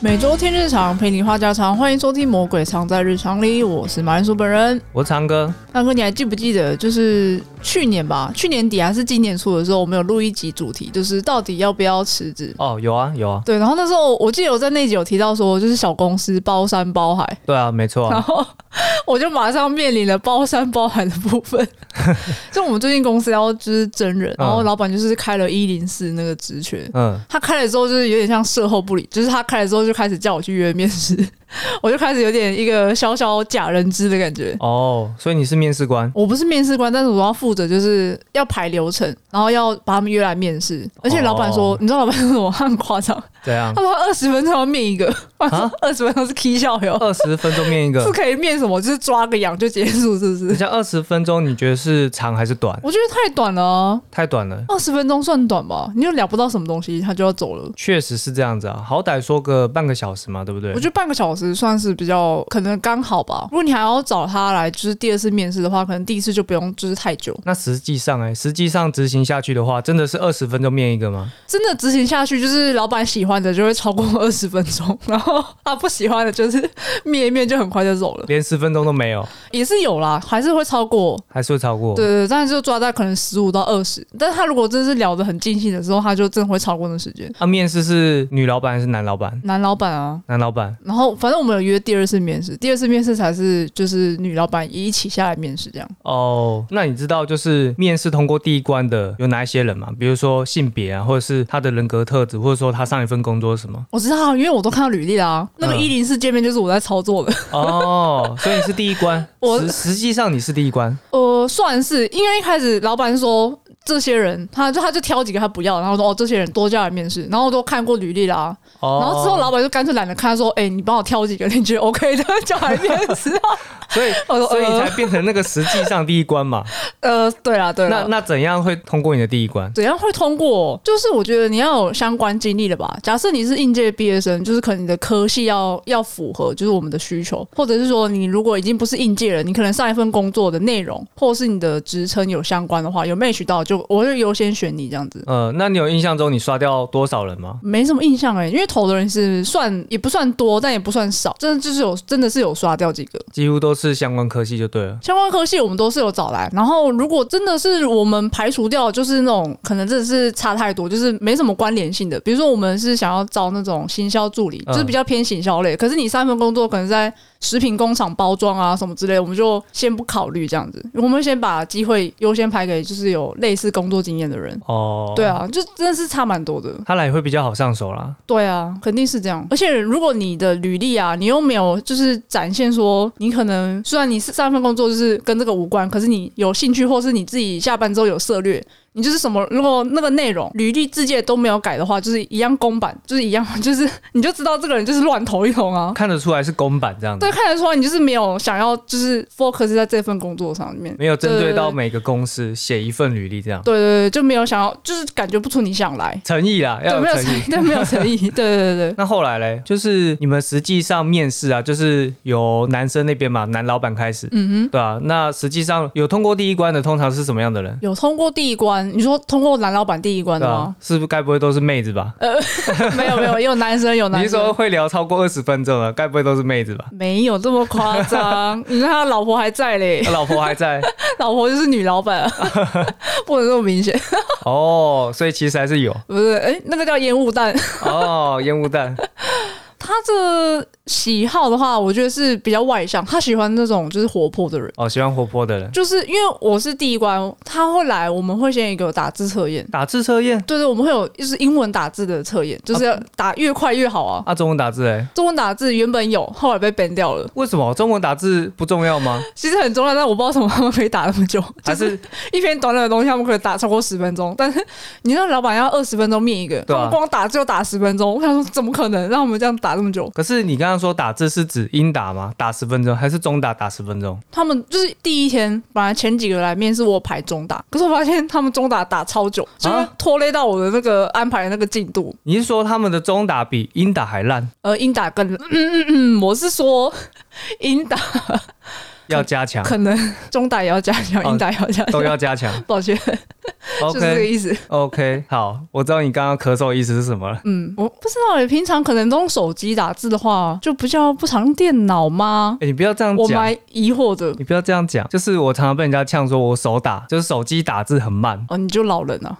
每周听日常，陪你话家常，欢迎收听《魔鬼藏在日常里》，我是马铃薯本人。我唱歌，大哥，你还记不记得，就是去年吧，去年底还是今年初的时候，我们有录一集主题，就是到底要不要辞职？哦，有啊有啊，对，然后那时候我记得我在那集有提到说，就是小公司包山包海，对啊，没错、然啊，后我就马上面临了包山包海的部 分。就我们最近公司要就是真人，然后嗯老板就是开了一零四那个职缺，嗯，他开了之后就是有点像事后不理，就是他开了之后就开始叫我去约面试， 我就开始有点一个小小假人知的感觉。哦，所以你是面试官，我不是面试官，但是我要负责就是要排流程，然后要把他们约来面试。而且老板说，哦你知道老板说什么？他很夸张，怎样他？说二十分钟要面一个，我说啊 二十分钟是 K 笑哟，二十分钟面一是个，可以面什么？就是抓个痒就结束，是不等是一？下二十分钟，你觉得是长还是短？我觉得太短了、啊，太短了，二十分钟算短吧？你又聊不到什么东西，他就要走了。确实是这样子啊，好歹说个半个小时嘛，对不对我？觉得半个小时算是比较可能刚好吧。如果你还要找他来就是第二次面试的话，可能第一次就不用就是太久。那实际上、哎，实际上执行下去的话，真的是二十分钟面一个吗？真的执行下去，就是老板喜欢的就会超过二十分钟，然后他不喜欢的就是面一面就很快就走了，连十分钟都没有，也是有啦，还是会超过。还是会超过？对对，对但是就抓在可能十五到二十。但是他如果真是聊得很尽兴的时候，他就真的会超过那时间。啊，面试是女老板还是男老板？男老板啊，男老板然后反正我们有约第二次面试，第二次面试才是就是女老板一起下来面试这样。哦，那你知道就是面试通过第一关的有哪一些人吗？比如说性别啊，或者是他的人格特质，或者说他上一份工作是什么？我知道，因为我都看到履历啦、那个嗯一零四界面就是我在操作的， 哦，所以你是第一关，我实实际上你是第一关，呃，算是，因为一开始老板说这些人，他就他就挑几个他不要，然后说哦这些人多叫来面试，然后我都看过履历啦、哦， 然后之后老板就干脆懒得看，他说哎、你帮我挑几个你觉得 OK 的 叫来面试、啊，所以 我说 所以你才变成那个实际上第一关 嘛。呃，对啦对那啦。那怎样会通过你的第一关？怎样会通过？就是我觉得你要有相关经历了吧。假设你是应届毕业生，就是可能你的科系要要符合，就是我们的需求，或者是说你如果已经不是应届了，你可能上一份工作的内容或者是你的职称有相关的话，有 match 到就我会优先选你这样子。呃，那你有印象中你刷掉多少人吗？没什么印象哎、因为投的人是算也不算多，但也不算少，真的就是有真的是有刷掉几个几乎都是相关科系就对了。相关科系，我们都是有找来。然后如果真的是我们排除掉，就是那种可能真的是差太多，就是没什么关联性的，比如说我们是想要招那种行销助理，嗯就是比较偏行销类，可是你上一份工作可能在食品工厂包装啊什么之类，我们就先不考虑这样子，我们先把机会优先排给就是有类似工作经验的人。哦，对，啊，就真的是差蛮多的。他来会比较好上手啦。对啊，肯定是这样。而且如果你的履历啊，你又没有就是展现说你可能虽然你是上一份工作就是跟这个无关，可是你有兴趣，或是你自己下班之后有涉略，你就是什么如果那个内容履历字界都没有改的话，就是一样公版，就是一样， 就是你就知道这个人就是乱投一通啊。看得出来是公版这样子对，，看得出来你就是没有想要就是 focus 在这份工作上面。没有针对对对到对每个公司写一份履历这样。对对对，就没有想要，就是感觉不出你想来，诚意啦，对，要没有有诚诚意意，。 对，没有诚意，对对对对。那后来嘞，就是你们实际上面试啊，就是由男生那边嘛，男老板开始，嗯哼，对啊。那实际上有通过第一关的，通常是什么样的人？有通过第一关，你说通过男老板第一关对的吗啊？，是不是该不会都是妹子呃吧？没有没有，也有男生有你男是说生，？会聊超过二十分钟了，该不会都是妹子吧 没有这么夸张。你看他老婆还在嘞， 他老婆还在老婆就是女老板、 啊，不能这么明显。哦，所以其实还是有不是，哎、那个叫烟雾弹。哦，烟雾弹他这喜好的话，我觉得是比较外向，他喜欢那种就是活泼的人。哦，喜欢活泼的人。就是因为我是第一关，他会来，我们会先一个打字测验。打字测验对对，我们会有就是英文打字的测验，就是要打越快越好啊。啊，中文打字哎、中文打字原本有，后来被 ban 掉了。为什么中文打字不重要吗？其实很重要，但我不知道为什么他们可以打那么久，就还是是一篇短短的东西，他们可以打超过十分钟，但是你让老板要二十分钟面一个，对啊他们光打就打十分钟，我想说怎么可能让我们这样打这么久？可是你刚刚说打字是指英打吗？打十分钟还是中打打十分钟？他们就是第一天，本来前几个来面试我排中打，可是我发现他们中打打超啊久，就是拖累到我的那个安排的那个进度。你是说他们的中打比英打还烂？啊呃，英打更，嗯嗯嗯，我是说英打要加强，可能中打也要加强，哦英打也要加都强。要加 强。抱歉，就是这个 OK 意思。 OK，好，我知道你刚刚咳嗽的意思是什么了。嗯，我不知道你平常可能都用手机打字的话，就比较不常用电脑吗？哎，你不要这样我讲，蛮疑惑的。你不要这样讲，就是我常常被人家呛说我手打，就是手机打字很慢， 哦，你就老人啊？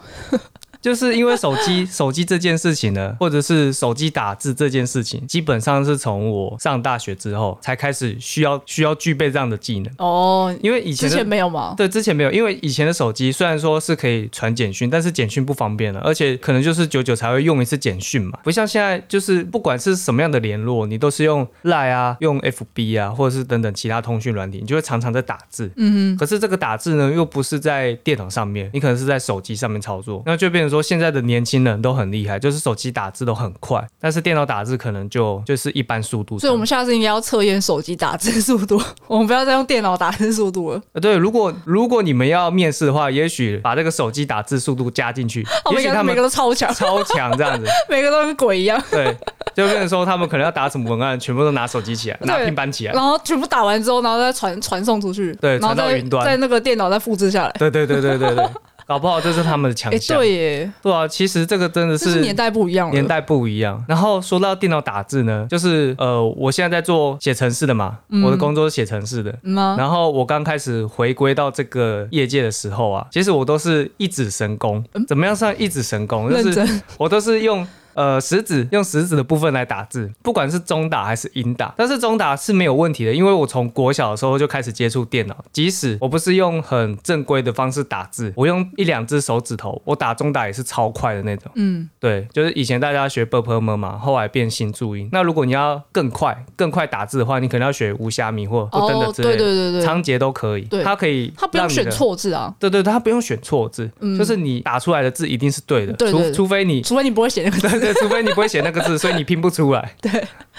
就是因为手机 手机这件事情呢，或者是手机打字这件事情，基本上是从我上大学之后才开始需要需要具备这样的技能，哦，因为以前之的前没有吗？对，之前没有，因为以前的手机虽然说是可以传简讯，但是简讯不方便了，而且可能就是久久才会用一次简讯嘛，不像现在就是不管是什么样的联络，你都是用 Line 啊、用 FB 啊，或者是等等其他通讯软体，你就会常常在打字。嗯可是这个打字呢，又不是在电脑上面，你可能是在手机上面操作，那就变成说现在的年轻人都很厉害，就是手机打字都很快，但是电脑打字可能就就是一般速度哼，这所样。以我们下次应该要测验手机打字速度，我们不要再用电脑打字速度了。呃，对，如果如果你们要面试的话，也许把这个手机打字速度加进 去，哦，也每许个他每们个都超强， 超强这样子，每个都跟鬼一样，对，就变成说他们可能要打什么文案，全部都拿手机起来，拿对平板起来，然后全部打完之后，然后再传传送出去，啊对然后传到再云端在那个电脑再复制下来。对对对对对对，搞不好这是他们的强哎，项。对耶，对啊，其实这个真的这是年代不一样了。年代不一样。然后说到电脑打字呢，就是呃，我现在在做写程式的嘛，我的工作是写程式的。嗯啊然后我刚开始回归到这个业界的时候啊，其实我都是一指神功，怎么样算一指神功？嗯就认是真，我都是用呃食指，用食指的部分来打字，不管是中打还是英打，但是中打是没有问题的，因为我从国小的时候就开始接触电脑，即使我不是用很正规的方式打字，我用一两只手指头，我打中打也是超快的那种。嗯，对，就是以前大家学 b p m 嘛，后来变新注音。那如果你要更快、更快打字的话，你可能要学无虾米或或等哦等，之对对类的，对对，仓颉都可以。对它可以他不用让你选的。错字啊，对对，对它不用选错字，嗯就是你打出来的字一定是对的，对对对除除非你除非你不会写那个字。 对对，除非你不会写那个字，所以你拼不出来。对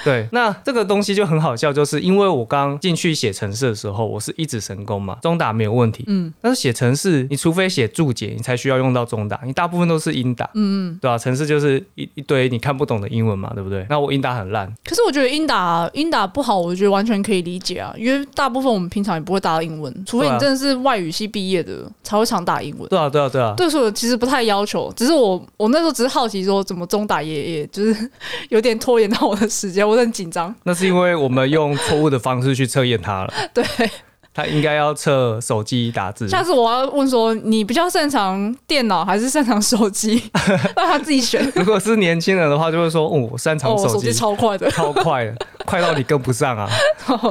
对，那这个东西就很好笑，就是因为我刚进去写程式的时候，我是一指神功嘛，中打没有问题。嗯，但是写程式，你除非写注解，你才需要用到中打，你大部分都是英打。嗯嗯，对啊，程式就是一一堆你看不懂的英文嘛，对不对？那我英打很烂，可是我觉得英打英打不好，我觉得完全可以理解啊，因为大部分我们平常也不会打英文，除非对你啊真的是外语系毕业的才会常打英文。对啊对啊对啊。对，所以我其实不太要求，只是我我那时候只是好奇说，怎么中打也也就是有点拖延到我的时间，我有点紧张。那是因为我们用错误的方式去测验它了，对，它应该要测手机打字。下次我要问说，你比较擅长电脑还是擅长手 机？让他自己选。如果是年轻人的话，就会说，哦，我擅哦，长我手手机机，超快 的，超 快的，快到你跟不上啊。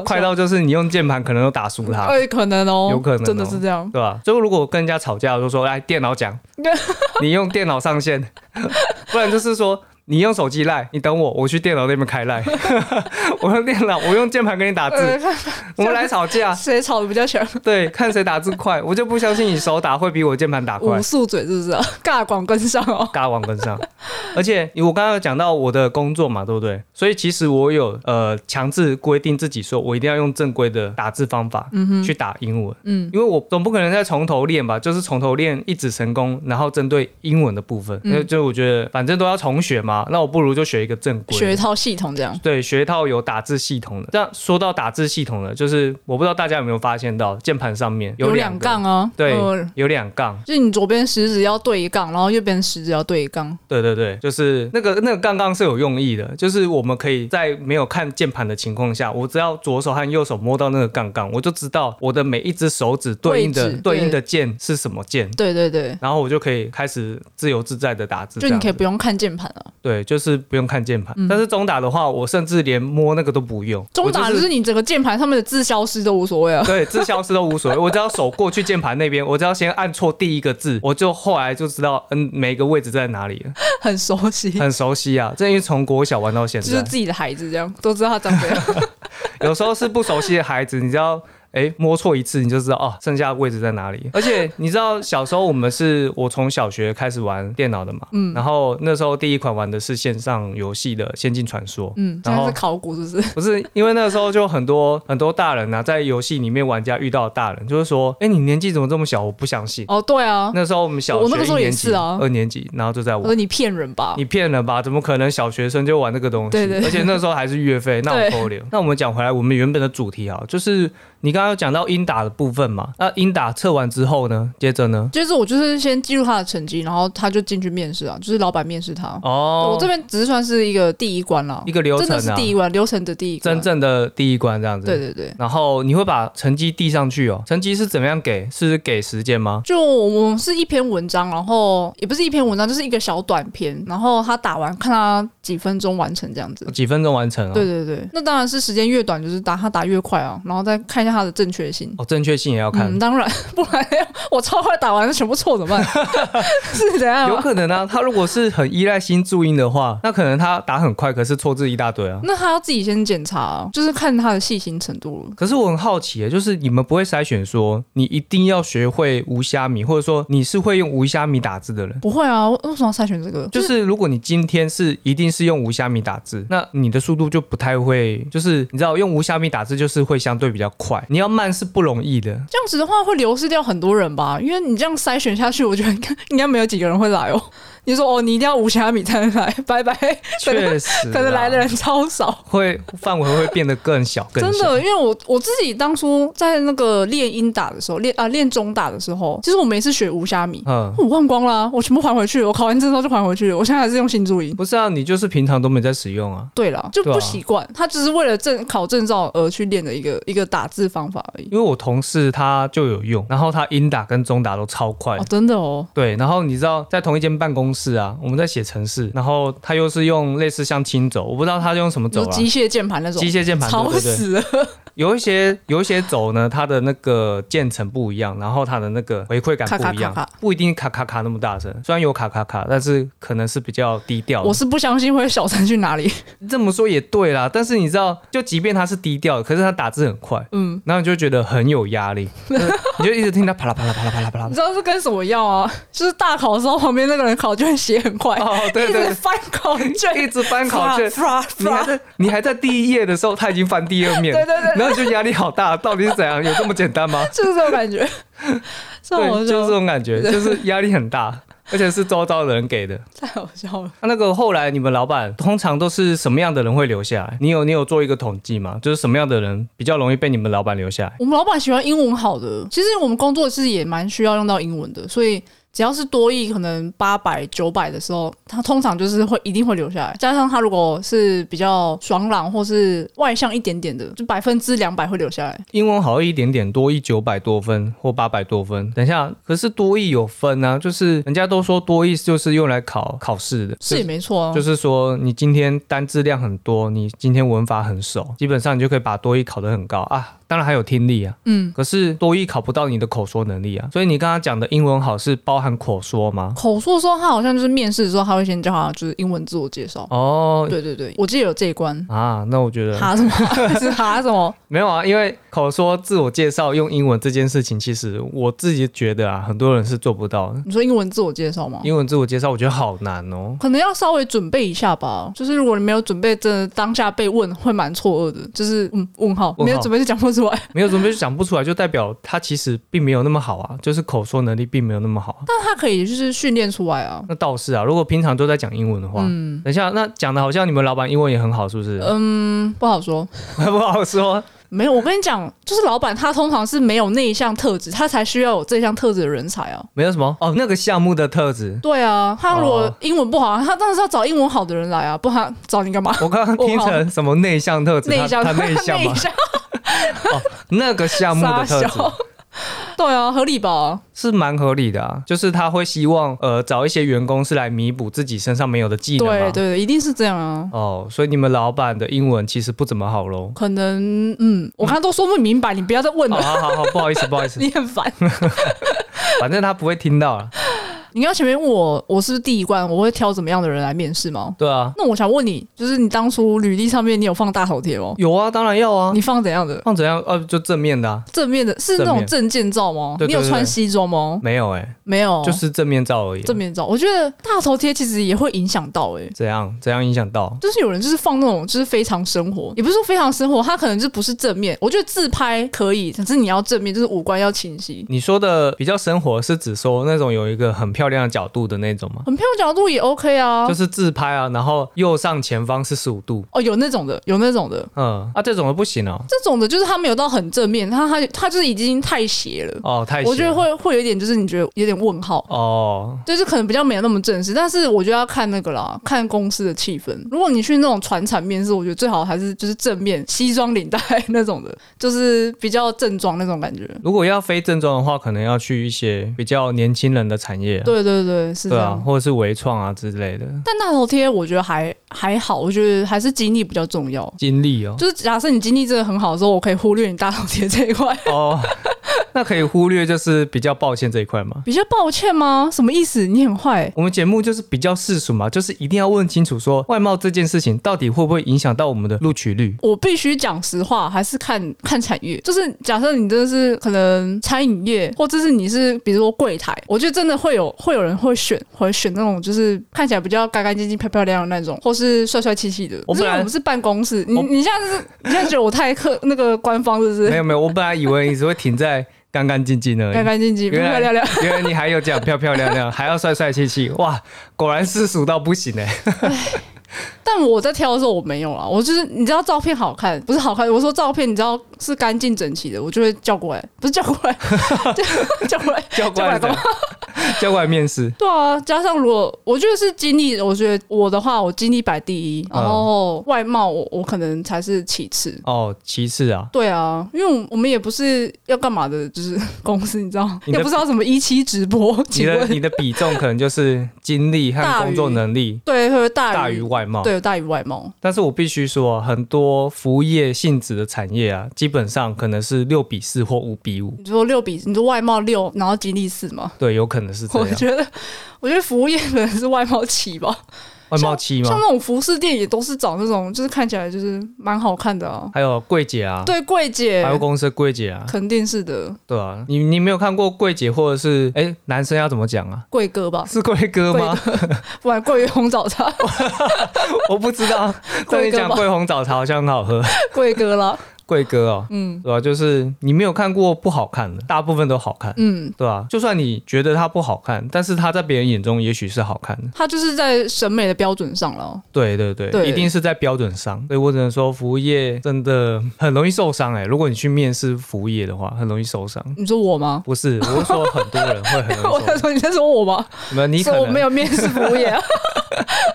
快到就是你用键盘可能都打输他，哎，可能哦，有可能哦真的是这样。对吧？所以如果跟人家吵架，我就说来哎电 脑讲，你用电脑上线， 不然就是说你用手机赖，你等我，我去电脑那边开赖， 我用电脑，我用键盘跟你打字，呃，看我们来吵架，谁吵的比较强，对，看谁打字快，我就不相信你手打会比我键盘打快武。术嘴是不是啊？尬广跟上哦。嘎网跟上，而且我刚刚有讲到我的工作嘛，对不对？所以其实我有呃强制规定自己说，我一定要用正规的打字方法去打英文，嗯因为我总不可能再从头练吧，就是从头练一指神功，然后针对英文的部分，嗯那、就我觉得反正都要重学嘛，那我不如就学一个正规的。学一套系统这样。对，学一套有打字系统的。那说到打字系统呢，就是我不知道大家有没有发现到，键盘上面有两两个，杠啊，对，呃有两杠，就是你左边食指要对一杠，然后右边食指要对一杠。对对对，就是那个那个杠杠是有用意的，就是我们可以在没有看键盘的情况下，我只要左手和右手摸到那个杠杠，我就知道我的每一只手指对应的位置对对应的键是什么键。对对对，然后我就可以开始自由自在的打字，就你可以这样不用看键盘了。对，就是不用看键盘。但是中打的话，我甚至连摸那个都不用，中打我就就是你整个键盘上面的字消失都无所谓啊。 对，字消失都无所谓，我只要手过去键盘那边，我只要先按错第一个字，我就后来就知道，嗯，每个位置在哪里了，很熟悉，很熟悉啊。这因为从国小玩到现就在，是自己的孩子这样，都知道他长啊 怎样。有时候是不熟悉的孩子，你知道。哎，摸错一次你就知道哦，剩下的位置在哪里。而且你知道，小时候我们是我从小学开始玩电脑的嘛，嗯，然后那时候第一款玩的是线上游戏的《仙境传说》，嗯，现然在后是考古是不是？不是因为那时候就很多很多大人啊，在游戏里面玩家遇到的大人，就是说，哎，你年纪怎么这么小？我不相信。哦，对啊，那时候我们小学我那个时候一年也级是啊二年级，然后就在我玩说。你骗人吧你。骗人吧？怎么可能小学生就玩那个东西？对对对而且那时候还是月费，那我对扣留。那我们讲回来，我们原本的主题啊，就是你刚刚刚有讲到英打的部分嘛，那英打测完之后呢，接着呢？接着我就是先记录他的成绩，然后他就进去面试啊，就是老板面试他。哦，我这边只是算是一个第一关啦一，个流真程的是啊，第一关流程的第一关。真正的第一关这样子。对对对，然后你会把成绩递上去哦，成绩是怎么样给？是给时间吗？就我们是一篇文章，然后也不是一篇文章，就是一个小短篇，然后他打完看他几分钟完成这样子。几分钟完成哦？对对对，那当然是时间越短，就是打他打越快啊，然后再看一下他的正确性。哦，正确性也要看嗯，，当然，不然 我超快打完全部错怎么办？ 是怎样有啊？可能啊。他如果是很依赖新注音的话，那可能他打很快，可是错字一大堆啊。那他要自己先检查啊、就是看他的细心程度了。可是我很好奇耶，就是你们不会筛选说你一定要学会无虾米，或者说你是会用无虾米打字的人。不会啊，为为什么要筛选这个？就就是是如果你今天是一定是用无虾米打字，那你的速度就不太会，就是你知道用无虾米打字就是会相对比较快，你要慢是不容易的。这样子的话，会流失掉很多人吧？因为你这样筛选下去，我觉得应该应该没有几个人会来哦。你说哦，你一定要五虾米才能来，拜拜， 可能确实啦，可能来的人超少。会范围会变得更小，更真 小。的，因为我我自己当初在那个练英打的时候，练啊练中打的时候，其实我每次学五虾米，嗯，我忘光啊啦，我全部还回去了，我考完证之后就还回去了，我现在还是用新注音。不是啊，你就是平常都没在使用啊。对了，就对啊不习惯，他只是为了证考证照而去练的一个一个打字方法而已。因为我同事他就有用，然后他英打跟中打都超快哦，。真的哦，对，然后你知道在同一间办公室啊，我们在写程式，然后他又是用类似像轻轴，我不知道他用什么轴就啊，机械键盘那种，机械键盘，对吵对哦对，死了。有一些有一些轴呢，它的那个键程不一样，然后它的那个回馈感咔咔不一样，咔咔不一定咔咔咔那么大声，虽然有咔咔咔，但是可能是比较低调的。我是不相信会小三去哪里。 这么说也对啦，但是你知道，就即便他是低调的，可是他打字很快，嗯，然后你就觉得很有压 力，就是你就一直听他啪啦啪啦啪啦啪啦 啪啦你。知道是跟什么要啊？就是大考的时候，旁边那个人考卷写很快，哦，对一对直翻考卷，对，一直翻考卷， 刷你还刷 刷。在你还在第一页的时候，他已经翻第二面，对对对，然后就压力好大，到底是怎样？有这么简 单吗？就是这种感 觉。这对好，笑，就是这 种感觉，就是压力很大，而且是周遭的人给的。啊太好笑了。那那个后来你们老板通常都是什么样的人会留下来？你有你有做一个统计吗？就是什么样的人比较容易被你们老板留下来？我们老板喜欢英文好的，其实我们工作是也蛮需要用到英文的，所以只要是多译可能八百九百的时候，他通常就是会一定会留下来。加上他如果是比较爽朗或是外向一点点的，就百分之两百会留下来。英文好一点点，多一九百多分或八百多分。等一下，可是多益有分啊，就是人家都说多益就是用来考考试的，是也没错啊，就是。就是说，你今天单字量很多，你今天文法很熟，基本上你就可以把多益考得很高啊。当然还有听力啊，嗯，可是多益考不到你的口说能力啊。所以你刚刚讲的英文好是包含口说吗？口述的时候，他好像就是面试的时候，他会先叫他就是英文自我介绍。哦，对对对，我记得有这一关。啊，那我觉得哈什么？ 是哈什么？没有啊，因为口说自我介绍用英文这件事情，其实我自己觉得啊，很多人是做不到的。你说英文自我介绍吗？英文自我介绍我觉得好难哦。可能要稍微准备一下吧。就是如果你没有准备，真的当下被问会蛮错愕的。就是嗯，问号，问号没有准备就讲不出来。 没有准备就讲不出来，就代表他其实并没有那么好啊，就是口说能力并没有那么好啊。但他可以就是训练出来啊。那倒是啊，如果平常都在讲英文的话，等一下那讲的好像你们老板英文也很好，是不是？嗯，不好说。 不好说。没有，我跟你讲，就是老板他通常是没有那一项特质，他才需要有这项特质的人才啊。没有什么哦，那个项目的特质，对啊，他如果哦英文不好，他当然是要找英文好的人来啊，不然找你干 嘛？我刚刚听成什么内向特质，内向，他他内向 吗？那个项目的傻特质笑。对啊，合理吧？是蛮合理的啊，就是他会希望呃找一些员工是来弥补自己身上没有的技能嘛。对对，一定是这样啊。。哦，所以你们老板的英文其实不怎么好喽可能嗯，我刚刚都说不明白，你不要再问好了，哦好好好，不好意思不好意 思，你很烦。反正他不会听到啊。你刚刚前面问我，我是不是第一关，我会挑怎么样的人来面试吗？对啊，那我想问你，就是你当初履历上面你有放大头贴吗？有啊，当然要啊。你放怎样的？放怎样？呃、就正面的、啊，正面的是那正种面证件照吗？对对对你有穿西装吗？没有哎、没有，就是正面照而已。哦啊正面照。我觉得大头贴其实也会影响到、欸，怎样？怎样影响到？就是有人就是放那种就是非常生活，也不是说非常生活，他可能就不是正面。我觉得自拍嗯可以，可是你要正面，就是五官要清晰。你说的比较生活，是指说那种有一个很漂亮的角度的那种吗？很漂亮角度也 OK 啊就。是自拍啊，然后右上前方是十五度，哦，有那种的，有那种的，嗯啊，这种的不行哦，这种的就是他没有到很正面，他他他就是已经太斜了。哦，太我觉得斜了会会有一点，就是你觉得有点问号，哦，就是可能比较没有那么正式，但是我觉得要看那个啦，看公司的气氛。如果你去那种传产面试，我觉得最好还是就是正面西装领带那种的，就是比较正装那种感觉。如果要非正装的话，可能要去一些比较年轻人的产业啊，对对对，是这对啊，样。或者是微创啊之类的但大头贴我觉得还还好，我觉得还是经历比较重要。经历哦。就是假设你经历真的很好的时候，我可以忽略你大头贴这一块。哦， 那可以忽略就是比较抱歉这一块嘛。比较抱歉吗？什么意思？你很坏、我们节目就是比较世俗嘛，就是一定要问清楚说外貌这件事情到底会不会影响到我们的录取率。我必须讲实话，还是看看产业。就是假设你真的是可能餐饮业，或者是你是比如说柜台，我觉得真的会有会有人会选，会选那种就是看起来比较干干净净、漂漂亮亮的那种，或是帅帅气气的。我因为本来我们是办公室，你我你现在是你现在觉得我太客那个官方是不没 是？有没有，我本来以为你只会停在干干净净而干已。干净净、漂原漂来亮亮，原来你还有讲漂漂亮亮， 还要帅帅气气，哇，果然世俗到不行哎、但我在挑的时候我没有啊啦，我就是你知道照片好看，不是好看，我说照片你知道是干净整齐的，我就会叫过来，不是叫过来， 叫 叫过来，叫叫过来过来干嘛叫过来面试，对啊，加上如果我觉得是经历，我觉得我的话，我经历摆第一，嗯然后外貌我我可能才是其次。哦，其次啊，对啊，因为我们也不是要干嘛的，就是公司，你知道，你的也不知道什么一期直播，你请的问你的比重可能就是经历和大于工作能力对会不会大于大于外貌。对大于外貌？但是我必须说，很多服务业性质的产业啊，基本上可能是六比四或五比五，你说六比，你说外貌六，然后经历四吗？对，有可能是这我样。觉得，我觉得服务业可能是外貌七吧，外贸期像吗？那种服饰店也都是找那种就是看起来就是蛮好看的啊。还有柜姐啊，对，柜姐百货公司的柜姐啊，肯定是的，对啊，你你没有看过柜姐或者是哎、男生要怎么讲啊？柜哥吧，是贵哥吗？不然桂圆红早茶，我不 知道。但你讲贵桂红早茶好像很好喝，贵哥啦，贵哥哦，嗯对吧、就是你没有看过不好看的，大部分都好看， 嗯，对啊吧、就算你觉得它不好看，但是它在别人眼中也许是好看的。他就是在审美的标准上了。对对对，对一定是在标准上。所以我只能说，服务业真的很容易受伤哎、如果你去面试服务业的话，很容易受伤。你说我吗？不是，我是说很多人会 很容我易在受伤。说你在说我吗？没有，你可说我没能有面试服务业啊，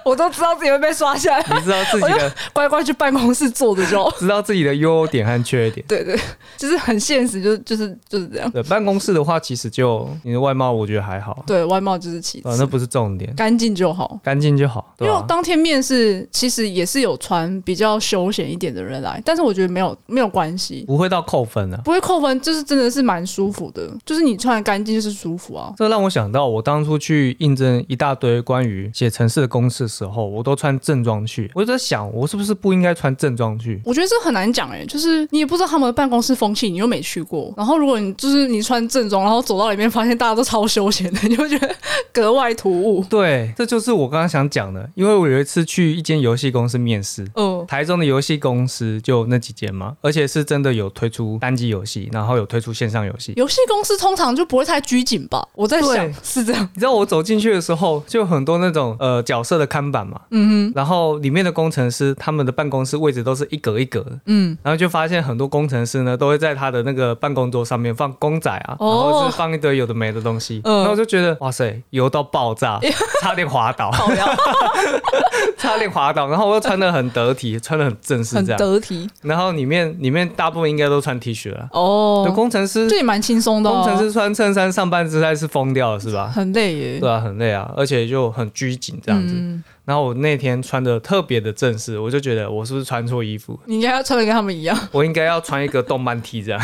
我都知道自己会被刷下来，你知道自己的乖乖去办公室坐着 就好。知道自己的优点和缺点。对对，就是很现实，就是就是就是这样。对，办公室的话，其实就你的外貌，我觉得还好，对外貌就是其啊，那次，不是重点，干净就好。干净就好，因对啊为吧、我当天面试其实也是有传比较休闲一点的人来，但是我觉得没有没有关系，不会到扣分啊。不会扣分，就是真的是蛮舒服的，就是你穿得干净就是舒服啊。这让我想到，我当初去应征一大堆关于写程式的公式的时候，我都穿正装去。我就在想，我是不是不应该穿正装去？我觉得这很难讲哎、就是你也不知道他们的办公室风气，你又没去过。然后如果你就是你穿正装，然后走到里面发现大家都超休闲的，你就会觉得格外突兀。对，这就是我刚刚想讲的。因为我有一次去一间游戏公司面试，嗯，台中的游戏公司就那几间嘛，而且是真的有推出单机游戏，然后有推出线上游戏。游戏公司通常就不会太拘谨吧？我在想对是这样。你知道我走进去的时候，就有很多那种呃角色的看板嘛，嗯哼，然后里面的工程师他们的办公室位置都是一格一格的，嗯，然后就发现很多工程师呢都会在他的那个办公桌上面放公仔啊，哦然后是放一堆有的没的东西，嗯然后我就觉得哇塞，油到爆炸，差点 滑倒，好 呀，差点滑倒，然后我又穿的很得体，穿的很正式很这样，得体然后里面里面大部分应该都穿 T 恤了，对，哦，工程师这也蛮轻松的、工啊。程师穿衬衫上班实在是疯掉了是吧？很累耶，对啊，很累啊，而且就很拘谨这样子。嗯，然后我那天穿的特别的正式，我就觉得我是不是穿错衣服？你应该要穿的跟他们一样。 我应该要穿一个动漫 T 这样？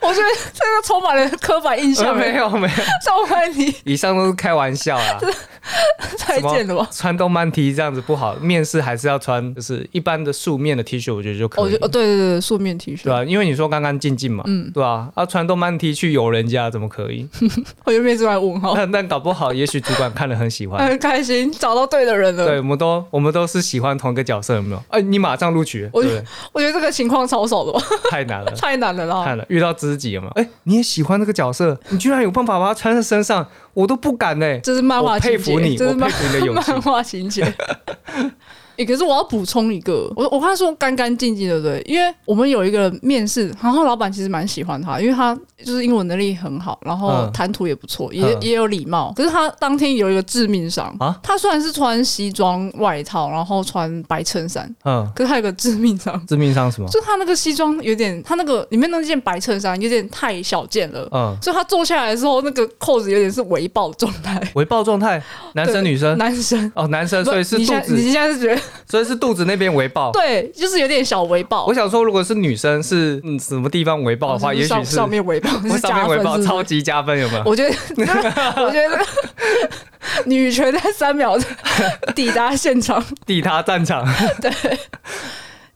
我觉得这个充 满了刻板印象，欸没有没有，召唤你 以上都是开玩笑啦。太贱了吧？啊穿动漫 T 这样子不好，面试还是要穿就是一般的素面的 T 恤，我觉得就可以。我觉得哦，对对对，素面 T 恤对，啊，因为你说干干净净嘛，嗯对啊，啊穿动漫 T 去游人家怎么可以？我就面出来问号， 但但搞不好，也许主管看了很喜欢。很开心找到对的人了。对，我们都我们都是喜欢同一个角色，有没有？哎、你马上录取，对不我对？ 我觉得这个情况超少 的吧，。太难了 太难了啦。看了，遇到知己了嘛？哎、你也喜欢那个角色，你居然有办法把它穿在身上，我都不敢呢、哎这是漫画我情佩节，服你，这我是佩漫服 你的勇气。漫画情 节。欸、可是我要补充一个，我我刚才说干干净净，对不对？因为我们有一个面试，然后老板其实蛮喜欢他，因为他就是英文能力很好，然后嗯谈吐也不错，嗯也也有礼貌。可是他当天有一个致命伤啊他虽然是穿西装外套，然后穿白衬衫，嗯，可是他有个致命伤，致命伤什么？就他那个西装有点，他那个里面那件白衬衫有点太小件了，嗯，所以他坐下来的时候，那个扣子有点是围抱状态。围抱状态，男对生女生男生，哦，男生，所以是你肚现在你子，现在是觉得所以是肚子那边围抱。对，就是有点小围抱。我想说，如果是女生是嗯什么地方围抱的话，哦是也不是许上是上面围抱，我是上加面分围抱是不是超级加分，有没有？我觉得，我觉得 女权在三秒抵达现场，抵他战场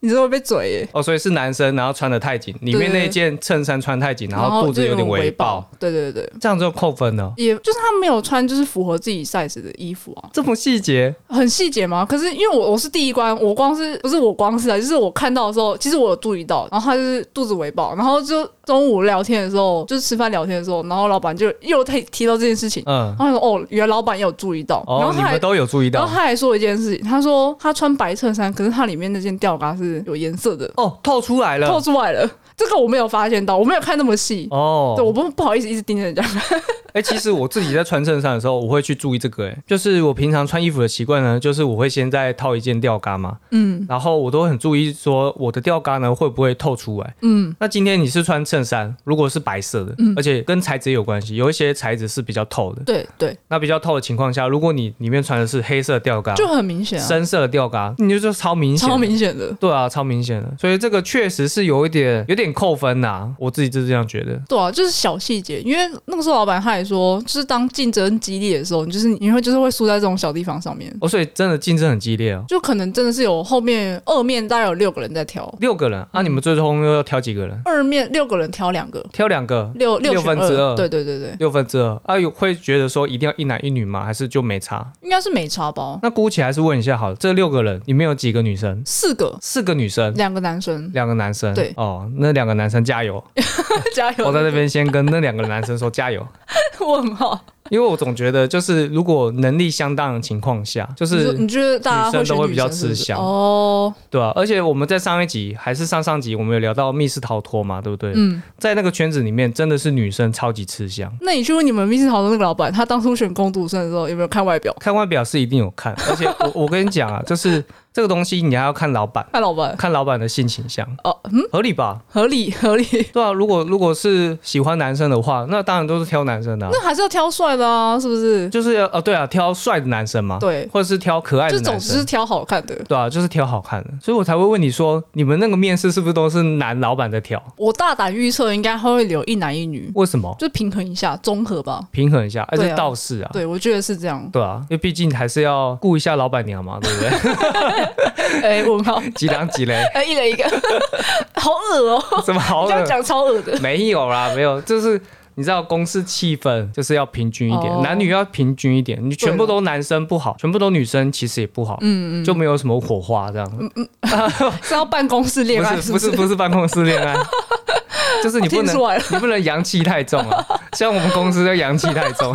你是会被嘴耶。哦，所以是男生，然后穿的太紧，里面那件衬衫穿太紧，然后肚子就有点种围抱，，对对对，这样就扣分了。也就是他没有穿就是符合自己 size 的衣服啊，这么细节，很细节嘛。可是因为我我是第一关，我光是不是我光是啊，就是我看到的时候，其实我有注意到，然后他就是肚子围抱，然后就中午聊天的时候，就是吃饭聊天的时候，然后老板就又提提到这件事情，嗯，然后我说哦，原来老板也有注意到，然哦后，你他还们都有注意然后到他还说一件事情，他说他穿白衬衫，可是他里面那件吊嘎是有颜色的，哦，透出来透了。出来了。这个我没有发现到，我没有看那么细。哦对，，我不不好意思一直盯着人家。哎、其实我自己在穿衬衫的时候，我会去注意这个、哎，就是我平常穿衣服的习惯呢，就是我会先再套一件吊嘎嘛，嗯然后我都很注意说我的吊嘎呢会不会透出来。嗯，那今天你是穿衬衫，如果是白色的，而且跟材质也有关系，有一些材质是比较透的。对对，那比较透的情况下，如果你里面穿的是黑色吊嘎、就很明显啊，深色的吊嘎，你就就超明显，超明显的。对啊，超明显的。所以这个确实是有一点有点扣分呐、我自己就是这样觉得。对啊，就是小细节，因为那个时候老板他也说，就是当竞争激烈的时候，你就是你会就是会输在这种小地方上面，哦，所以真的竞争很激烈哦。就可能真的是有后面二面大概有六个人在挑，六个人，那、啊嗯你们最终又要挑几个人？二面六个人挑两个，挑两个，六六选分之二对对对对，六分之二。啊，有会觉得说一定要一男一女吗？还是就没差？应该是没差吧？那姑且还是问一下好了，这六个人里面有几个女生？四个，四个女生，两个男生，两个男生。对哦，那两个男生加油！ 加油！我在这边先跟那两个男生说加油， 问号，因为我总觉得就是如果能力相当的情况下，就你说是你觉得大家女生选都会女比较生是不吃是香哦，对啊，而且我们在上一集还是上上集，我们有聊到密室逃脱嘛，对不对？嗯，在那个圈子里面，真的是女生超级吃香。那你去问你们密室逃脱那个老板，他当初选攻读生的时候有没有看外表？看外表是一定有看，而且我我跟你讲啊，就是这个东西你还要看老板，看老板看老板的性倾向，哦，嗯，合理吧？合理合 理，对啊，如果如果是喜欢男生的话，那当然都是挑男生的、啊，那还是要挑帅的啊，是不是？就是呃对啊，挑帅的男生嘛，，对，或者是挑可爱就的总男之是生。挑好看的。对啊，就是挑好看的，所以我才会问你说，你们那个面试是不是都是男老板在挑？我大胆预测，应该他会留一男一女，为什么？就平衡一下，综合吧。平衡一下，而对啊且倒是啊，对，我觉得是这 。样对啊，因为毕竟还是要顾一下老板娘嘛，对 不对？哎，问号，几两几嘞，哎，一人一个，好恶哦，怎么好 你这样恶？讲超恶的。没有啦，没有，就是你知道公司气氛就是要平均一点，哦男女要平均一点，你全部对啊都男生不好，全部都女生其实也不好，嗯嗯，就没有什么火花这样。是要办公室恋爱，不不是不是不是办公室恋 爱，就是你不听能出来 了，你不能阳气太重啊，像我们公司就阳气太重，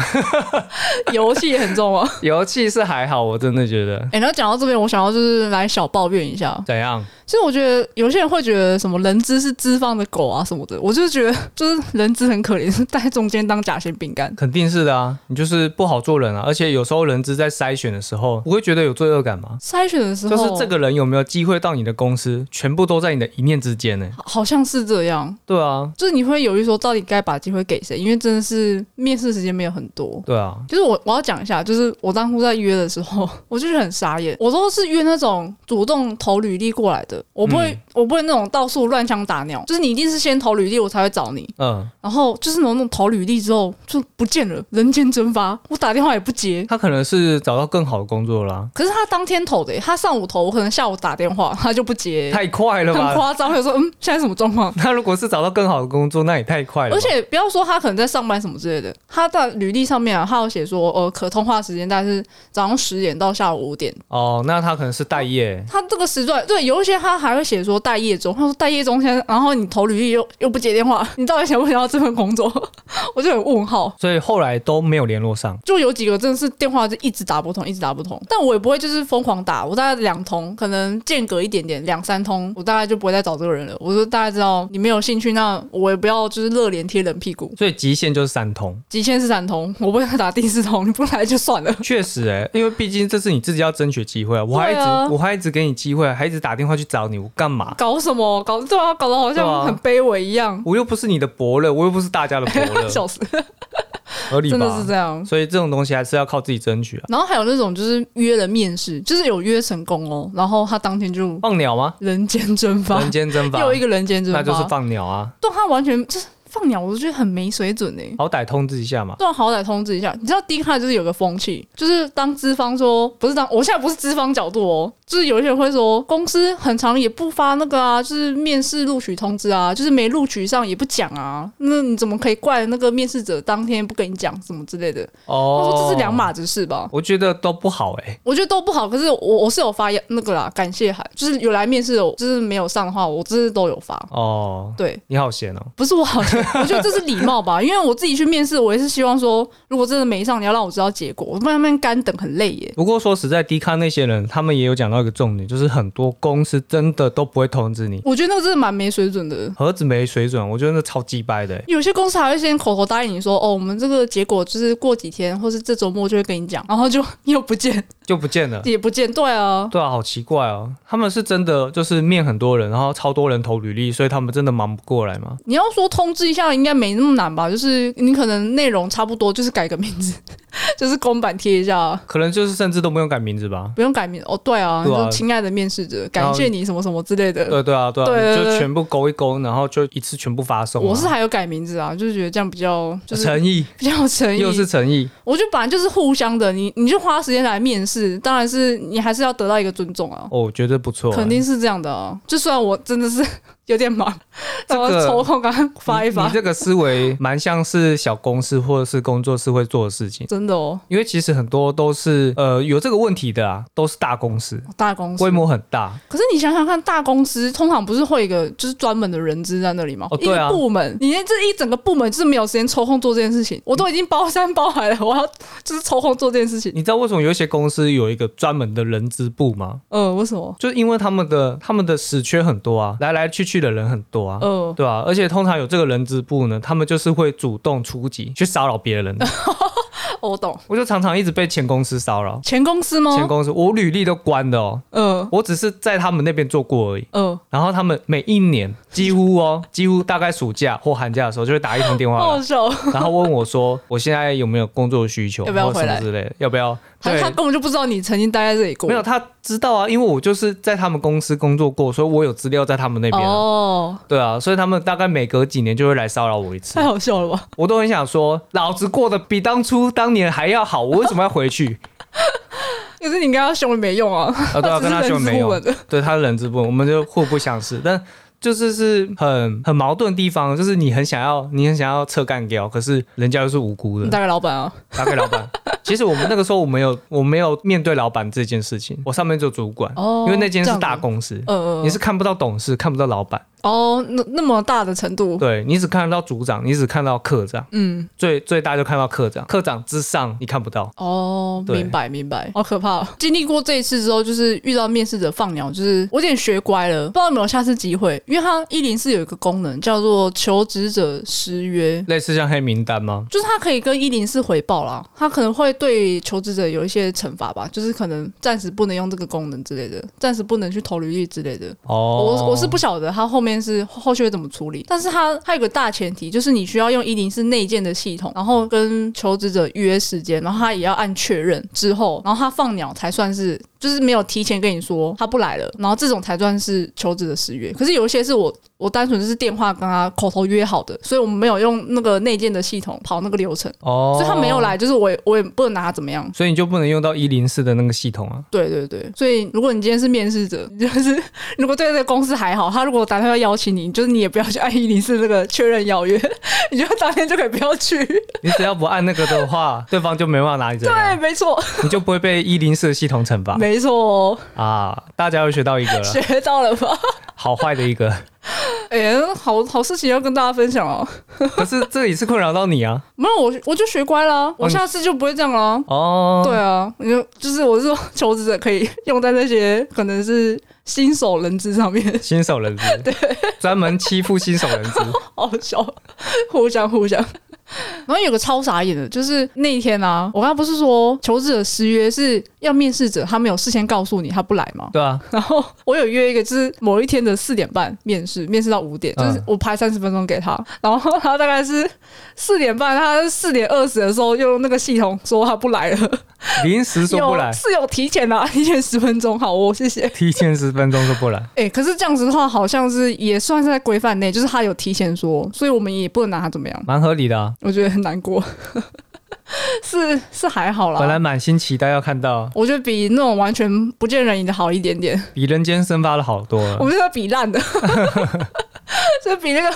游戏也很重啊。 油气是还好，我真的觉得哎、然后讲到这边，我想要就是来小抱怨一下。怎样？其实我觉得有些人会觉得什么人资是资方的狗啊什么的，我就觉得就是人资很可怜，是在中间当夹心饼干。肯定是的啊，你就是不好做人啊，而且有时候人资在筛选的时候，不会觉得有罪恶感吗？筛选的时候，就是这个人有没有机会到你的公司，全部都在你的一念之间呢。好好像是这样，对啊，就是你会犹豫说到底该把机会给谁，因为真的是面试时间没有很多。对啊，就是我我要讲一下，就是 我当初在约的时候，我就觉得很傻眼。我都是约那种主动投履历过来的，的，我不嗯会，我不会那种到处乱枪打鸟，就是你一定是先投履历，我才会找你。嗯，然后就是那种那种投履历之后就不见了，人间蒸发，我打电话也不接。他可能是找到更好的工作啦，可是他当天投的、他上午投，我可能下午打电话，他就不接，太快了很吧？夸张。我说，嗯，现在什么状况？他如果是找到更好的工作，那也太快了吧。而且不要说他可能在上班什么之类的，他在履历上面啊，他有写说，呃，可通话时间大概是早上十点到下午五点。哦，那他可能是待业，他这个时段，对，有一些他还会写说待业中，他说待业中现在，然后你投履历又又不接电话，你到底想不想要这份工作？ 我就很问号。所以后来都没有联络上。就有几个真的是电话就一直打不通，一直打不通。但我也不会就是疯狂打，我大概两通，可能间隔一点点，两三通，我大概就不会再找这个人了。我就大概知道你没有兴趣，那我也不要就是热脸贴冷屁股。所以极限就是三通，极限是三通，我不会再打第四通，你不来就算了。 确实哎、因为毕竟这是你自己要争取机会啊，我还一直、对啊我还一直给你机会，还一直打电话去找你，我干嘛？搞什么？搞对啊，搞得好对啊像很卑微一样。我又不是你的伯乐，我又不是大家的伯 乐， 笑死，合理真的吧是？这样。所以这种东西还是要靠自己争取啊。然后还有那种就是约了面试，就是有约成功哦，然后他当天就放鸟吗？人间蒸发，人间蒸发，又一个人间蒸发，那就是放鸟啊，对他完全就是放鸟，我就觉得很没水准哎、欸。好歹通知一下嘛。对啊，好歹通知一下。你知道 D 卡就是有个风气，就是当资方说不是当，我现在不是资方角度哦，就是有一些人会说公司很长也不发那个啊，就是面试录取通知啊，就是没录取上也不讲啊，那你怎么可以怪那个面试者当天不跟你讲什么之类的？他哦，说这是两，码子事吧？我觉得都不好哎、我觉得都不好，可是我我是有发那个啦，感谢函，就是有来面试的，我就是没有上的话，我就是都有发。哦，对，你好闲哦。不是我好像，我觉得这是礼貌吧，因为我自己去面试，我也是希望说，如果真的没上，你要让我知道结果，我不然慢慢干等很累耶。不过说实在，低咖那些人，他们也有讲到一个重点，就是很多公司真的都不会通知你，我觉得那个真的蛮没水准的。 何止没水准，我觉得那超鸡掰的、欸。有些公司还会先口头答应你说，哦，我们这个结果就是过几天或是这周末就会跟你讲，然后就又不见，就不见了。也不见，对啊， 对啊，好奇怪哦，他们是真的就是面很多人，然后超多人投履历，所以他们真的忙不过来吗？你要说通知一下，应该没那么难吧？就是你可能内容差不多，就是改个名字， 就是公版贴一下。可能就是甚至都不用改名字吧。不用改名哦，对啊，你对啊说亲爱的面试者，感然谢后你什么什么之类的，对对啊，对啊，呃对对你就对全部勾一勾，然后就一次全部发送、啊。我是还有改名字啊，就是觉得这样比较就是诚意，比较有诚意。又是诚意，我觉得本来就是互相的，你你就花时间来面试，当然是你还是要得到一个尊重啊，哦，我觉得不错、肯定是这样的啊。就虽然我真的是有点忙，这然后个抽空赶快发一你发你，这个思维蛮像是小公司或者是工作室会做的事情，真的哦，因为其实很多都是呃有这个问题的啊，都是大公司，大公司规。模很大。可是你想想看，大公司通常不是会有一个就是专门的人资在那里吗？哦一对啊个部门，你连这一整个部门就是没有时间抽空做这件事嗯情，我都已经包山包海了， 我要就是抽空做这件事情。你知道为什么有一些公司有一个专门的人资部吗？呃，为什么？就是因为他们的他们的死缺很多啊，来来去去的人很多啊。呃，对啊，而且通常有这个人资部呢，他们就是会主动出击去骚扰别 人。哦我懂，我就常常一直被前公司骚扰，前公司吗？前公司我履历都关的哦，呃我只是在他们那边做过而已。呃，然后他们每一年几乎哦， 几乎大概暑假或寒假的时候就会打一通电话好来，笑。 哦然后问我说我现在有没有工作需求，要不要或什回么来之类的，要不要？他对他，根本就不知道你曾经待在这里过。没有他知道啊，因为我就是在他们公司工作过，所以我有资料在他们那边啊、哦，对啊，所以他们大概每隔几年就会来骚扰我一 次太，好笑了吧？我都很想说，老子过得比当初当年还要好，我为什么要 回去？可是你跟他凶也没用啊，啊，对啊，只是跟他人就之没互有文，的。对他是人之不，我们就互不相识，但就是是很很矛盾的地方，就是你很想要，你很想要扯干掉，可是人家又是无辜你的，大概老板啊，打给老 板。其实我们那个时候我没有我没有面对老板这件事情，我上面做主管，哦因为那间这是样大子公司。呃呃，你是看不到董事，看不到老板，哦，那那么大的程度，对你只看得到组长，你只看到科长，嗯，最最大就看到科长，科长之上你看不到。哦，对明白明白，好可怕哦。经历过这一次之后，就是遇到面试者放鸟，就是我有点学乖了，不知道有没有下次机会，因为它一零四有一个功能叫做求职者失约，类似像黑名单吗？就是他可以跟一零四回报啦，他可能会对求职者有一些惩罚吧，就是可能暂时不能用这个功能之类的，暂时不能去投履历之类的。哦，我我是不晓得他后面是后续会怎么处理，但是他他有个大前提，就是你需要用一零四内建的系统，然后跟求职者预约时间，然后他也要按确认之后，然后他放鸟才算是就是没有提前跟你说他不来了，然后这种才算是求职的失约。可是有一些是我我单纯就是电话跟他口头约好的，所以我们没有用那个内建的系统跑那个流程，哦，所以他没有，来，就是我也我也不能拿他怎么样。所以你就不能用到一零四的那个系统啊。对对对，所以如果你今天是面试者， 你就是如果对这个公司还好，他如果打电话邀请你，就是你也不要去按一零四这个确认邀约， 你就当天就可以不要去。你只要不按那个的话，对方就没办法拿你怎么对，样，哎没错，你就不会被一零四系统惩罚没错哦，啊。大家又学到一个了，学到了吧？好坏的一个。哎、好好事情要跟大家分享哦。可是这也是困扰到你啊。没有，我我就学乖啦，我你下次就不会这样啦。哦，对啊，你就就是我是说，求职者可以用在那些可能是新手人质上面，新手人质，对，专门欺负新手人质。 好笑，互相互相。然后有个超傻眼的，就是那一天啊，我刚刚不是说求职者失约是要面试者，他没有事先告诉你他不来 吗？对啊，然后我有约一个，就是某一天的四点半面试，面试到五点，就是嗯我排三十分钟给他，然后他大概是四点半，他四点二十的时候又用那个系统说他不来了，临时说不来有，是有提前啊，提前十分钟，好哦，谢谢。提前十分钟说不来。哎、可是这样子的话，好像是也算是在规范内，就是他有提前说，所以我们也不能拿他怎么样，蛮合理的、啊，我觉得很难过， 是是还好本来啦。满心期待要看到，我觉得比那种完全不见人影的好一点点。比人间蒸发了好多我了。们是在比烂 的，就是比那个，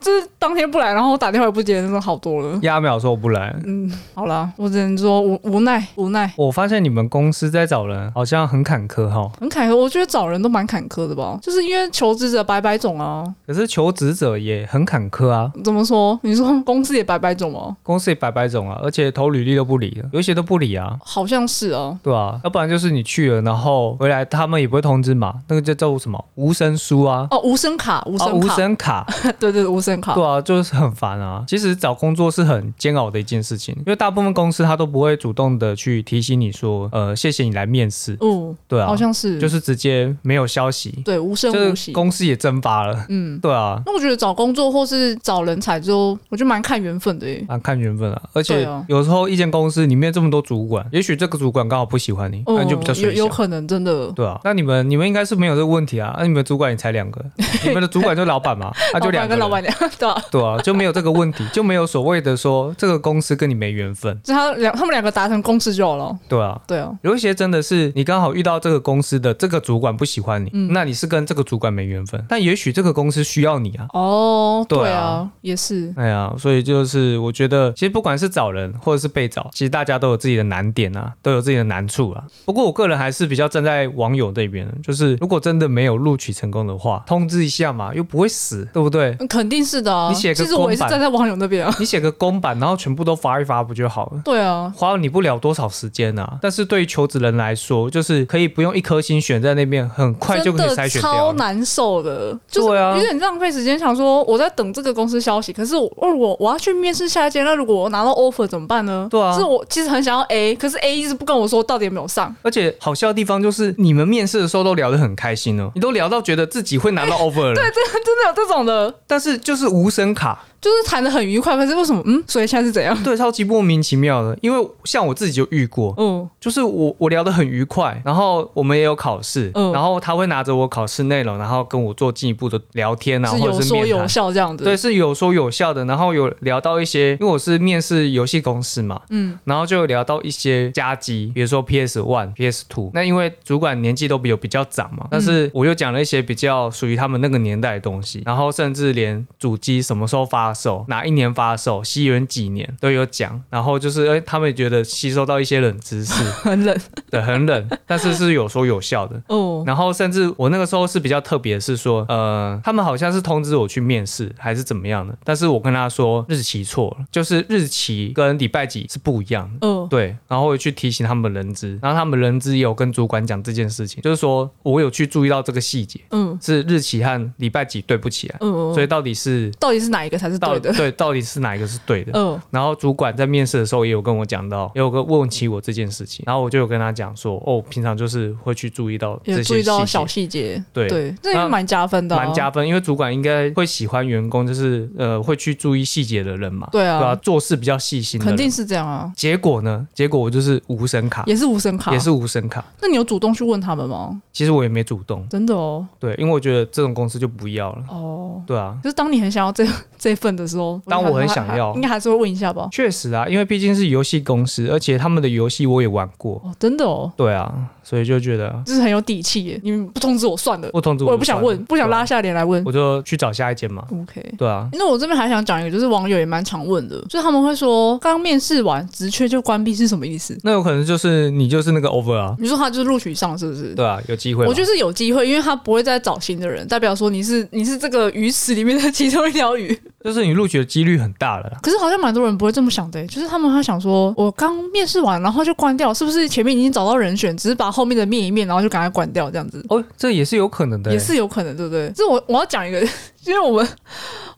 就是当天不来，然后我打电话也不接那种好多了。 压秒说我不来，嗯，好啦，我只能说无无奈无奈，我发现你们公司在找人好像很坎坷哈、很坎坷。我觉得找人都蛮坎坷的吧，就是因为求职者百百种啊。可是求职者也很坎坷啊，怎么说？你说公司也百百种哦、公司也百百种啊，而且投履历都不理了，有一些都不理啊。好像是哦、对啊，要不然就是你去了，然后回来他们也不会通知嘛，那个叫叫什么无声书啊，哦，无声卡，无啊声无卡，声卡， 对对对，无声卡。对啊，就是很烦啊。其实找工作是很煎熬的一件事情，因为大部分公司他都不会主动的去提醒你说，呃，谢谢你来面试，嗯，对啊好，像是，就是是直接没有消息，对无声就无是息。公司也蒸发了，嗯，对啊，那我觉得找工作或是找人才就，我觉得蛮看缘分的耶。啊，看缘分啊。而对且啊有时候一间公司里面这么多主管，也许这个主管刚好不喜欢你，那嗯，你就比较有水有小。可能真的对啊，那你们你们应该是没有这个问题啊，那、你们主管也才两个， 你们的主管就 老板嘛，那、就老两板个跟老人板娘， 对、啊，对啊，就没有这个问题，就没有所谓的说这个公司跟你没缘分，就他两他们两个达成共识就好了。对啊，对啊，有一些真的是你刚好遇到这个公司的这个主管不喜欢你，嗯那你是跟这个主管没缘分，但也许这个公司需要你啊。哦，对啊对啊，也是，哎呀，所以就是我觉得，其实不管是找人或者是被找，其实大家都有自己的难点啊，都有自己的难处啊。不过我个人还是比较站在网友这边的，就是如果真的没有录取成功的话，通知一下嘛，又不会死，对不对？ 嗯肯定是的啊。你写个其实我也是公版站在网友那边啊。你写个公版，然后全部都发一发不就好了？对啊，花你不了多少时间啊，但是对于求职人来说，就是可以不用一颗心选在那边，很 快就真可以的筛选掉超了。难受的，就是对啊有点浪费时间。想说我在等这个公司消息，可是我如果我要去面试下一间，那如果我拿到 offer 怎么办呢？对啊就是我其实很想要 A，可是 A 一直不跟我说到底有没有上。 而且好笑的地方就是，你们面试的时候都聊得很开心哦，你都聊到觉得自己会 拿到 offer 了，对，真的真的有这种的，但是就是无声卡，就是谈的很愉快，可是为什么？嗯，所以现在是怎样？对，超级莫名其妙的。因为像我自己就遇过， 嗯就是我我聊得很愉快，然后我们也有考试，嗯然后他会拿着我考试内容，然后跟我做进一步的聊天啊，是或有者是说面有谈。笑这样子。对，是有说有笑的，然后有聊到一些，因为我是面试游戏公司嘛，嗯，然后就有聊到一些加机，比如说 PS One、PS Two。那因为主管年纪都比我比较长嘛，但是我又讲了一些比较属于他们那个年代的东西，然后甚至连主机什么时候发售、哪一年发售、西元几年都有讲。然后就是，哎、他们也觉得吸收到一些冷知识，很 冷。对，很冷，但是是有说有笑的。哦，然后甚至我那个时候是比较特别，是说，呃，他们好像是通知我去面试还是怎么样的，但是我跟他说日期错了，就是日期跟礼拜几是不一样的。嗯，对，然后我也去提醒他们人资，然后他们人资也有跟主管讲这件事情，就是说我有去注意到这个细节，嗯是日期和礼拜几对不起来，嗯，所以到底是到底是哪一个才是是到对底的。对到底是哪一个是对的。嗯，然后主管在面试的时候也有跟我讲到，也有个问起我这件事情，然后我就有跟他讲说，哦，平常就是会去注意到这也些注意到小细细节，对对，这也蛮加分节的啊，蛮加分，因为主管应该会喜欢员工，就是呃会去注意细节的人嘛，对对啊吧、做事比较细心的肯人定是这样啊，结果呢？结果我就是无声卡，也是无声卡，啊也是。无声卡。那你有主动去问他们吗？其实我也没主动，真的哦，对，因为我觉得这种公司就不要了，哦，对啊。就是当你很想要这 这份的时候，当我觉得很还想还要应该还是会问一下吧。确实啊，因为毕竟是游戏公司，而且他们的游戏我也玩过，哦，真的哦，对啊，所以就觉得就是很有底气耶。你们不通知我算了，不通知我也就不想算了问，不想拉，下脸来问对啊。我就去找下一间嘛， OK。对啊，那我这边还想讲一个，就是网友也蛮常问的，就是他们会说，刚面试完职缺就关闭是什么意思？那有可能就是你就是那个 over 啊，你说他就是录取上是不是？对啊，有机会吧，我觉得是有机会，因为他不会再找新的人，代表说你是你是这个鱼池里面的其中一条鱼。就是你录取的几率很大了啦。可是好像蛮多人不会这么想的、欸就是他们会想说，我刚面试完，然后就关掉，是不是前面已经找到人选，只是把后面的面一面，然后就赶快关掉这样子？ 哦，这也是有可能的欸，也是有可能，对不对？这我我要讲一个， 因为我们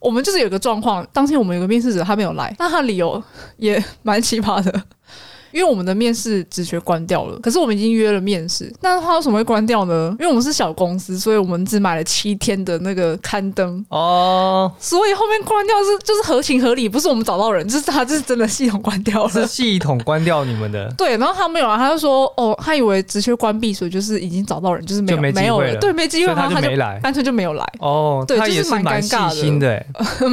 我们就是有个状况，当天我们有个面试者他没有来，但他理由也蛮奇葩的，因为我们的面试直觉关掉了，可是我们已经约了面试，那他为什么会关掉呢？因为我们是小公司，所以我们只买了七天的那个刊登，哦，所以后面关掉是就是合情合理，不是我们找到人，就是他就是真的系统关掉是了。，系统关掉你们 的对，然后他没有啊，他就说哦，他以为职缺关闭，所以就是已经找到人，就是没有就没机会有了 对，没机所会，以然后就他就没来。干脆就没有来。哦，对他就是也是蛮蛮尴细尬的 心的欸，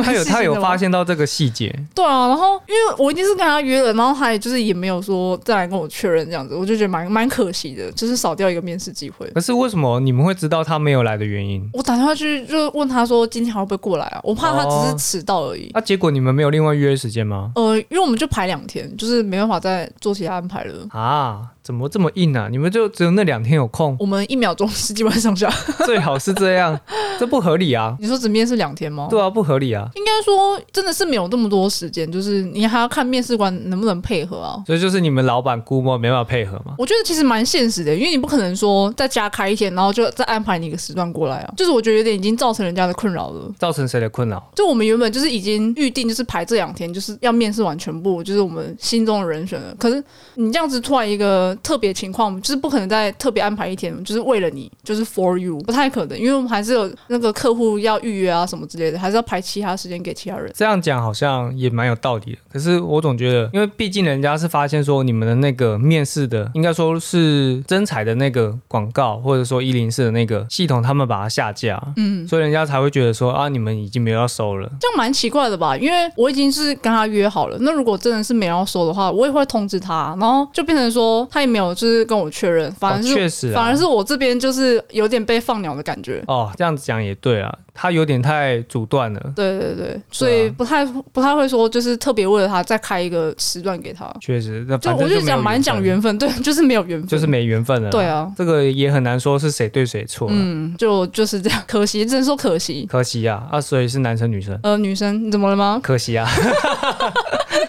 他有他有发现到这个细节，对啊，然后因为我已经是跟他约了，然后他也就是也没有说再来跟我确认这样子，我就觉得蛮蛮可惜的，就是少掉一个面试机会。可是为什么你们会知道他没有来的原因？我打电话去就问他说今天还会不会过来啊？我怕他只是迟到而已。那、啊结果你们没有另外约时间吗？呃，因为我们就排两天，就是没办法再做其他安排了。，啊，怎么这么硬啊？你们就只有那两天有空 我们一秒钟是基本上下。 最好是这样，这不合理啊！你说只面试两天吗？对啊，不合理啊！应该说真的是没有那么多时间，就是你还要看面试官能不能配合啊。所以就是你们老板估摸没办法配合嘛。我觉得其实蛮现实的，因为你不可能说再加开一天，然后就再安排你一个时段过来啊。就是我觉得有点已经造成人家的困扰了。造成谁的困扰？就我们原本就是已经预定，就是排这两天，就是要面试完全部，就是我们心中的人选了。可是你这样子突然一个特别情况，就是不可能再特别安排一天，就是为了你，就是 for you，不太可能，因为我们还是有那个客户要预约啊什么之类的，还是要排其他时间给其他人。这样讲好像也蛮有道理的。可是我总觉得，因为毕竟人家是发现说你们的那个面试的，应该说是真彩的那个广告，或者说一零四的那个系统，他们把它下架，嗯，所以人家才会觉得说啊，你们已经没有要收了。这样蛮奇怪的吧？因为我已经是跟他约好了，那如果真的是没有要说的话，我也会通知他，然后就变成说他也没有就是跟我确认，反而哦是、确实啊反而是我这边就是有点被放鸟的感觉。哦，这样子讲也对啊，他有点太阻断了。对对对，所以不太、不太会说，就是特别为了他再开一个时段给他。确实，那就反我正就没有讲蛮讲分，缘分，对， 就是没有缘分，就是没缘分了。对，啊，这个也很难说是谁对谁错。嗯，嗯，就就是这样，可惜，只能说可惜。可惜啊，啊，所以是男生女 生，呃，女生你怎么了吗？ 可惜啊，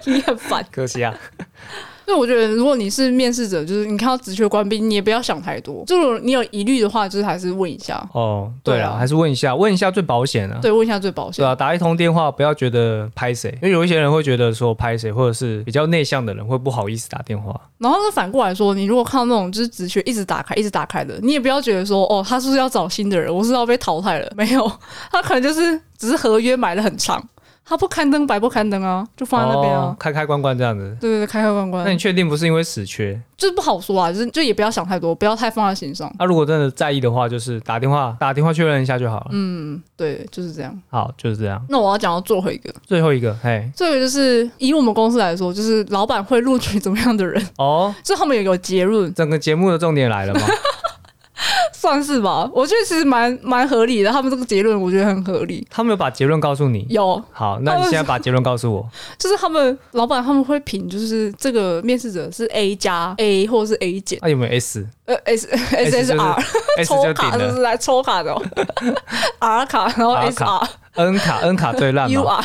你很烦。可惜啊。所以我觉得，如果你是面试者，就是你看到职缺官兵，你也不要想太多。就如果你有疑虑的话，就是还是问一下，哦，对对啊，啊还是问一下，问一下最保险啊。对，问一下最保险。对啊，打一通电话，不要觉得拍谁，因为有一些人会觉得说拍谁，或者是比较内向的人会不好意思打电话。然后呢，反过来说，你如果看到那种就是直觉一直打开、一直打开的，你也不要觉得说，哦，他是不是要找新的人，我是不是要被淘 汰了？没有，他可能就是只是合约买的很长，他不刊登白不刊登啊，就放在那边啊。嗯哦开开关关这样子。对对对，开开关那你关，确定不是因为死缺？就是不好说啊，就是就也不要想太多，不要太放在心上。啊那、如果真的在意的话，就是打电话打电话确认一下就好了。嗯，对，就是这样。好，就是这样。那我要讲到最后一个，最后一个，嘿，最后一个就是以我们公司来说，就是老板会录取怎么样的人， 哦，这后面有个结论，整个节目的重点来了 吗？算是吧。我觉得其实蛮蛮合理的，他们这个结论我觉得很合理。他们有把结论告诉你。有，好，那你现在把结论告诉我。就是他们老板他们会评，就是这个面试者是 A 加 A 或者是 A 减，啊那、有没有 S 呃 S S 就是 S R S 抽就顶卡就是了 来抽卡的哦，R 卡然后 R S 卡 R ，N 卡 N 卡最烂 U 嘛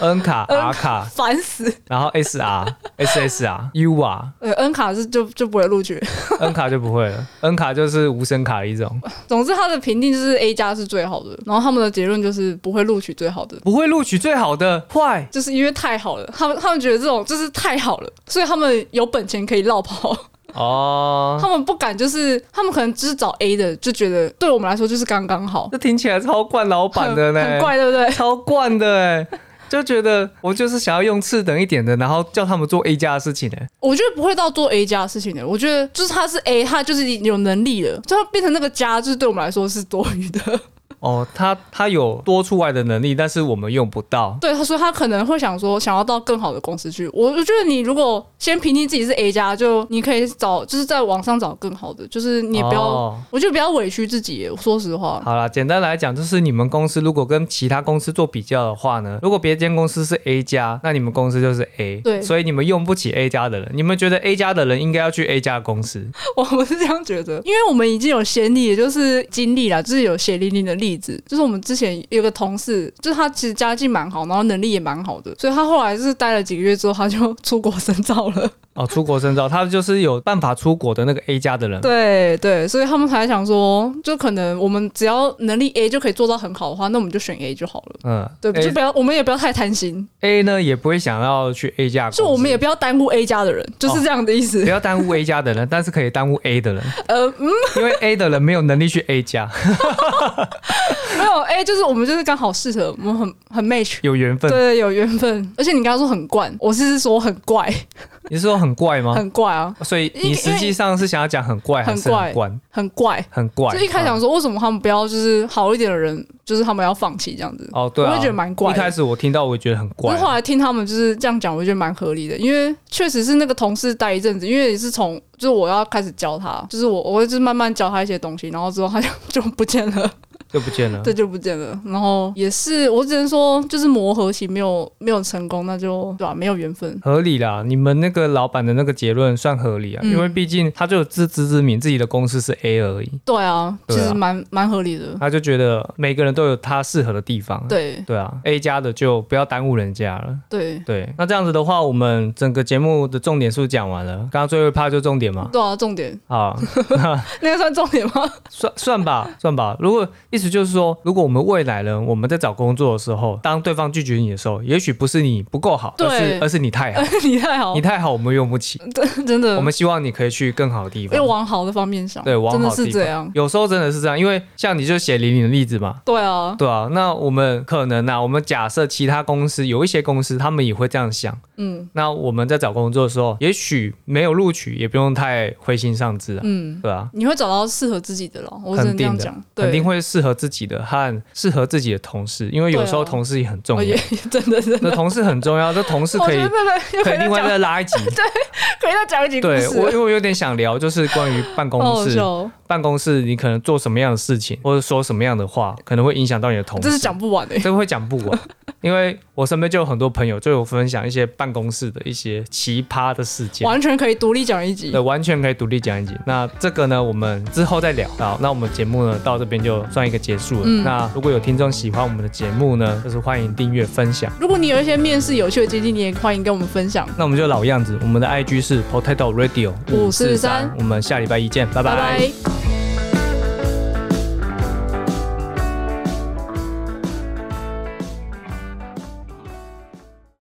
R N 卡、 N R 卡，烦死。然后 SR、SSR、UR。呃，N 卡是就就不会录取。 N 卡就不会了，N 卡就是无声卡的一种，总之，他的评定就是 A 加是最好的，然后他们的结论就是不会录取最好的，不会录取最好的坏。就是因为太好了。他们他们觉得这种就是太好了，所以他们有本钱可以绕 跑。哦，他们不敢，就是他们可能只是找 A 的，就觉得对我们来说就是刚刚好，这听起来超惯老板的呢，很很怪，对不对？超惯的哎，就觉得我就是想要用次等一点的，然后叫他们做 A 加的事情欸呢。我觉得不会到做 A 加的事情的，我觉得就是他是 A，他就是有能力了，就他变成那个加，就是对我们来说是多余的。 哦，他他有多出来的能力，但是我们用不到。对，他说他可能会想说，想要到更好的公司去。我我觉得你如果先评定自己是 A 加，就你可以找，就是在网上找更好的，就是你也不要，哦我觉得不要委屈自己耶。说实话，好啦，简单来讲，就是你们公司如果跟其他公司做比较的话呢，如果别间公司是 A 加，那你们公司就是 A，对所以你们用不起 A 加的人，你们觉得 A 加的人应该要去 A 加公司， 我们是这样觉得，因为我们已经有先例，也就是经历啦，就是有血淋淋的例子。就是我们之前有个同事，就是他其实家境蛮好，然后能力也蛮好的，所以他后来就是待了几个月之后，他就出国深造了。哦，出国深造，他就是有办法出国的那个 A 加的人，对对，所以他们才想说，就可能我们只要能力 A 就可以做到很好的话，那我们就选 A 就好了。嗯，对，就 A, 不要，我们也不要太贪心， A 呢也不会想要去 A 加公司，就我们也不要耽误 A 家的人，就是这样的意思 不。要耽误 A 加的人，但是可以耽误 A 的人，呃，嗯因为 A 的人没有能力去 A 加，没有 A，就是我们就是刚好适合，我们很很 match。有缘分。对，有缘 分，而且你刚刚说很怪，我是说很怪，你是说很怪吗？很怪啊，所以你实际上是想要讲很怪还是很很怪？很怪。很怪。就一开始想说，为什么他们不要就是好一点的人，就是他们要放弃这样子。哦，对、啊，我会觉得蛮怪一的开始我听到，我也觉得很可怪啊是。后来听他们就是这样讲，我觉得蛮合理的，因为确实是那个同事待一阵子，因为也是从就是我要开始教他，就是我我会就是慢慢教他一些东西，然后之后他就就不见了。就不见了。这就不见了。然后也是，我只能说，就是磨合期没有没有成功，那就对吧、啊没有缘分。合理啦，你们那个老板的那个结论算合理啊，嗯因为毕竟他就有自知之明，自己的公司是 A 而已，对啊，对其啊啊实蛮蛮合理的。他就觉得每个人都有他适合的地方。对对啊，A 加的就不要耽误人家了。对对，那这样子的话，我们整个节目的重点是不是讲完了？刚刚最后一趴就重点嘛，对啊，重点好， 那个算重点吗？ 算算吧，算吧。如果意思就是说，如果我们未来人我们在找工作的时候，当对方拒绝你的时候，也许不是你不够好，而对是而是你太好， 你太好哎你，太好我们用不起。真的，我们希望你可以去更好的地方要。往好的方面想，对往好真的的地方是这样。有时候真的是这样，因为像你就血淋淋的例子嘛，对啊，对啊，那我们可能啊，我们假设其他公司有一些公司，他们也会这样想。嗯那我们在找工作的时候，也许没有录取，也不用太灰心丧志啊，嗯，对啊，你会找到适合自己的了，我只能这样讲，肯定对，会适合自己的和适合自己的同事，因为有时候对啊同事也很重我要也。 真的真的，哦那同事很重要，这同事 我可觉以得 这个又可可以以再另外讲，再拉一集。可以再讲一集故对我，因事，为我有点想聊，就是关于办好公好室笑，哦，办公室你可能做什么样的事情，或者说什么样的话，可能会影响到你的同事。这是讲不完欸的。这会讲不 完，因为我身边就有很多朋友就有分享一些办公室的一些奇葩的事件。完全可以独立讲一集对，。完全可以独立讲一集。那这个呢，我们之后再聊。好，那我们节目呢到这边就算一个结束了。嗯那如果有听众喜欢我们的节目呢，就是欢迎订阅分享。如果你有一些面试有趣的经历，你也欢迎跟我们分享。那我们就老样子，我们的 IG 是 Potato Radio 543我们下礼拜一见，拜拜拜。